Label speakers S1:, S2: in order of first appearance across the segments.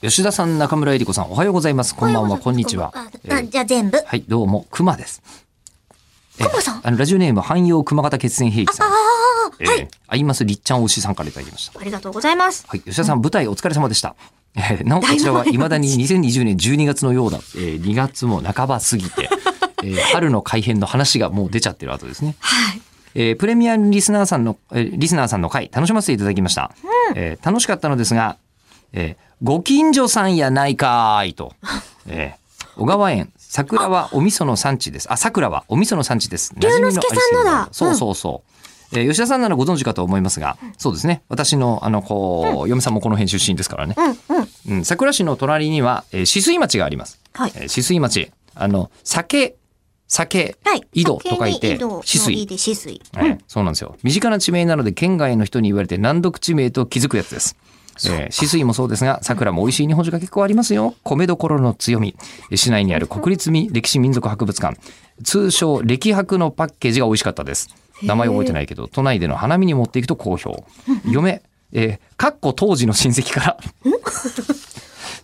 S1: 吉田さん、中村えり子さん、おはようございます。こんばんは、こんにちは。
S2: あ
S1: え
S2: あ
S1: ー
S2: じゃあ全部。
S1: はい、どうも、熊です。えー
S2: 熊さん
S1: あの、ラジオネーム、汎用熊型血縁兵器さん。
S2: あ
S1: えーアイマスりっちゃん推しさんからいただきました。
S2: あ、ありがとうございます。
S1: はい、吉田さん、舞台お疲れ様でした。えーなお、こちらは未だに2020年12月のようだ。えー、2月も半ば過ぎ て、えー春の改編の話がもう出ちゃってる後ですね。
S2: はい。
S1: えープレミアムリスナーさんの、えーリスナーさんの回、楽しませていただきました。えー楽しかったのですが、えーご近所さんやないかーい と。えー小川園、桜はお味噌の産地です。あ、桜はお味噌の産地です。
S2: 龍之介さ
S1: 馴染みアイスでご
S2: んのだ
S1: ざいますそうそうそう。えー吉田さんならご存知かと思いますが、そうですね。私の、あの、こう、嫁さんもこの辺出身ですからね。
S2: うん、うん。
S1: うん、桜市の隣には、えー、止水町があります。
S2: はい。
S1: えー止水町、あの、酒、酒、
S2: はい。
S1: 井戸と書いて
S2: 酒に井戸の
S1: 止水
S2: 井で止水。
S1: ええそうなんですよ。身近な地名なので県外の人に言われて難読地名と気づくやつです。えー、止水もそうですが、桜も美味しい日本酒が結構ありますよ。米どころの強み。えー市内にある国立み歴史民俗博物館。通称、歴博のパッケージが美味しかったです。名前覚えてないけど、都内での花見に持っていくと好評。嫁、えー、かっこ当時の親戚から。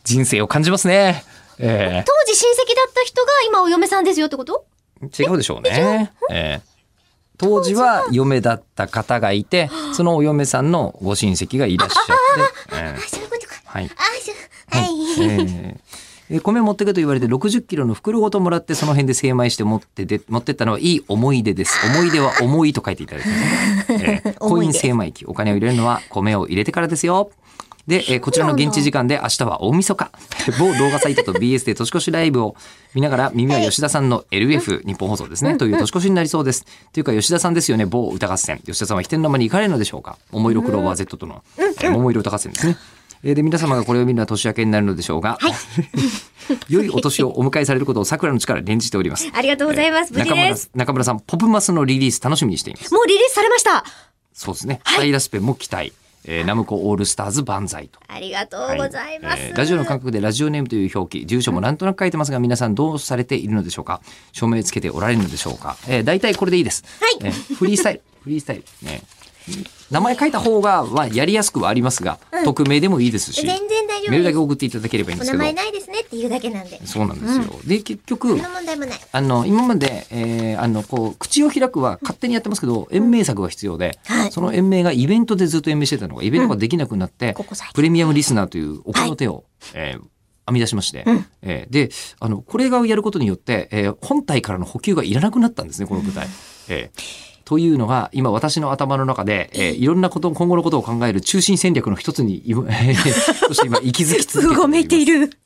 S1: 人生を感じますね。えー
S2: 当時親戚だった人が今お嫁さんですよってこと
S1: 違うでしょうね。ええ当時は嫁だった方がいて、そのお嫁さんのご親戚がいらっしゃって、ええ
S2: そういうことか。
S1: はい。
S2: あ、そう。はい。
S1: えええ米持ってけと言われて60キロの袋ごともらってその辺で精米して持ってで持ってったのはいい思い出です。思い出は重いと書いていただいてますね、ええコ
S2: 思
S1: イ
S2: い
S1: ン
S2: 出
S1: 精米機、お金を入れるのは米を入れてからですよ。で、えーこちらの現地時間で明日は大晦日、 某動画サイトと BS で年越しライブを見ながら耳は吉田さんの LF 日本放送ですね、という年越しになりそうです。というか吉田さんですよね、某歌合戦。吉田さんは飛天の間に行かれるのでしょうか桃色クローバー Z との、えー桃色歌合戦ですね。えーで、皆様がこれを見るのは年明けになるのでしょうが、 良いお年をお迎えされることを桜の力で演じております。
S2: ありがとうございます。無事
S1: 中村
S2: で
S1: さ
S2: す。
S1: ん中村さん、ポップマスのリリース楽しみにしています。
S2: もうリリースされました。
S1: そうですね。サイラスペも期待。えーナムコオールスターズ万歳と。
S2: ありがとうございます。
S1: えーラジオの感覚でラジオネームという表記、住所もなんとなく書いてますが、皆さんどうされているのでしょうか署名つけておられるのでしょうか、えー、大体これでいいです。
S2: はい
S1: えーフリースタイル、 フリースタイル。ね名前書いた方が、まあ、やりやすくはありますが、匿名でもいいですし、
S2: 全然大丈夫です
S1: メールだけ送っていただければいいん
S2: お
S1: です
S2: 名
S1: けど
S2: 前、ないですねっていうだけなんで。
S1: そうなんですよ。で、結局
S2: そん、な問題もない。
S1: あの、今まで、えーあの、こう、口を開くは勝手にやってますけど、延命策が必要で、
S2: はい
S1: その延命がイベントでずっと延命してたのが、イベントができなくなって、
S2: ここ最近
S1: プレミアムリスナーというお金の手を、えー編み出しまして、えーで、あの、これがやることによって、えー本体からの補給がいらなくなったんですね、この舞台。えーというのが、今私の頭の中で、えーいろんな こと、今後のことを考える中心戦略の一つに、今そして今、息づき続けております
S2: る。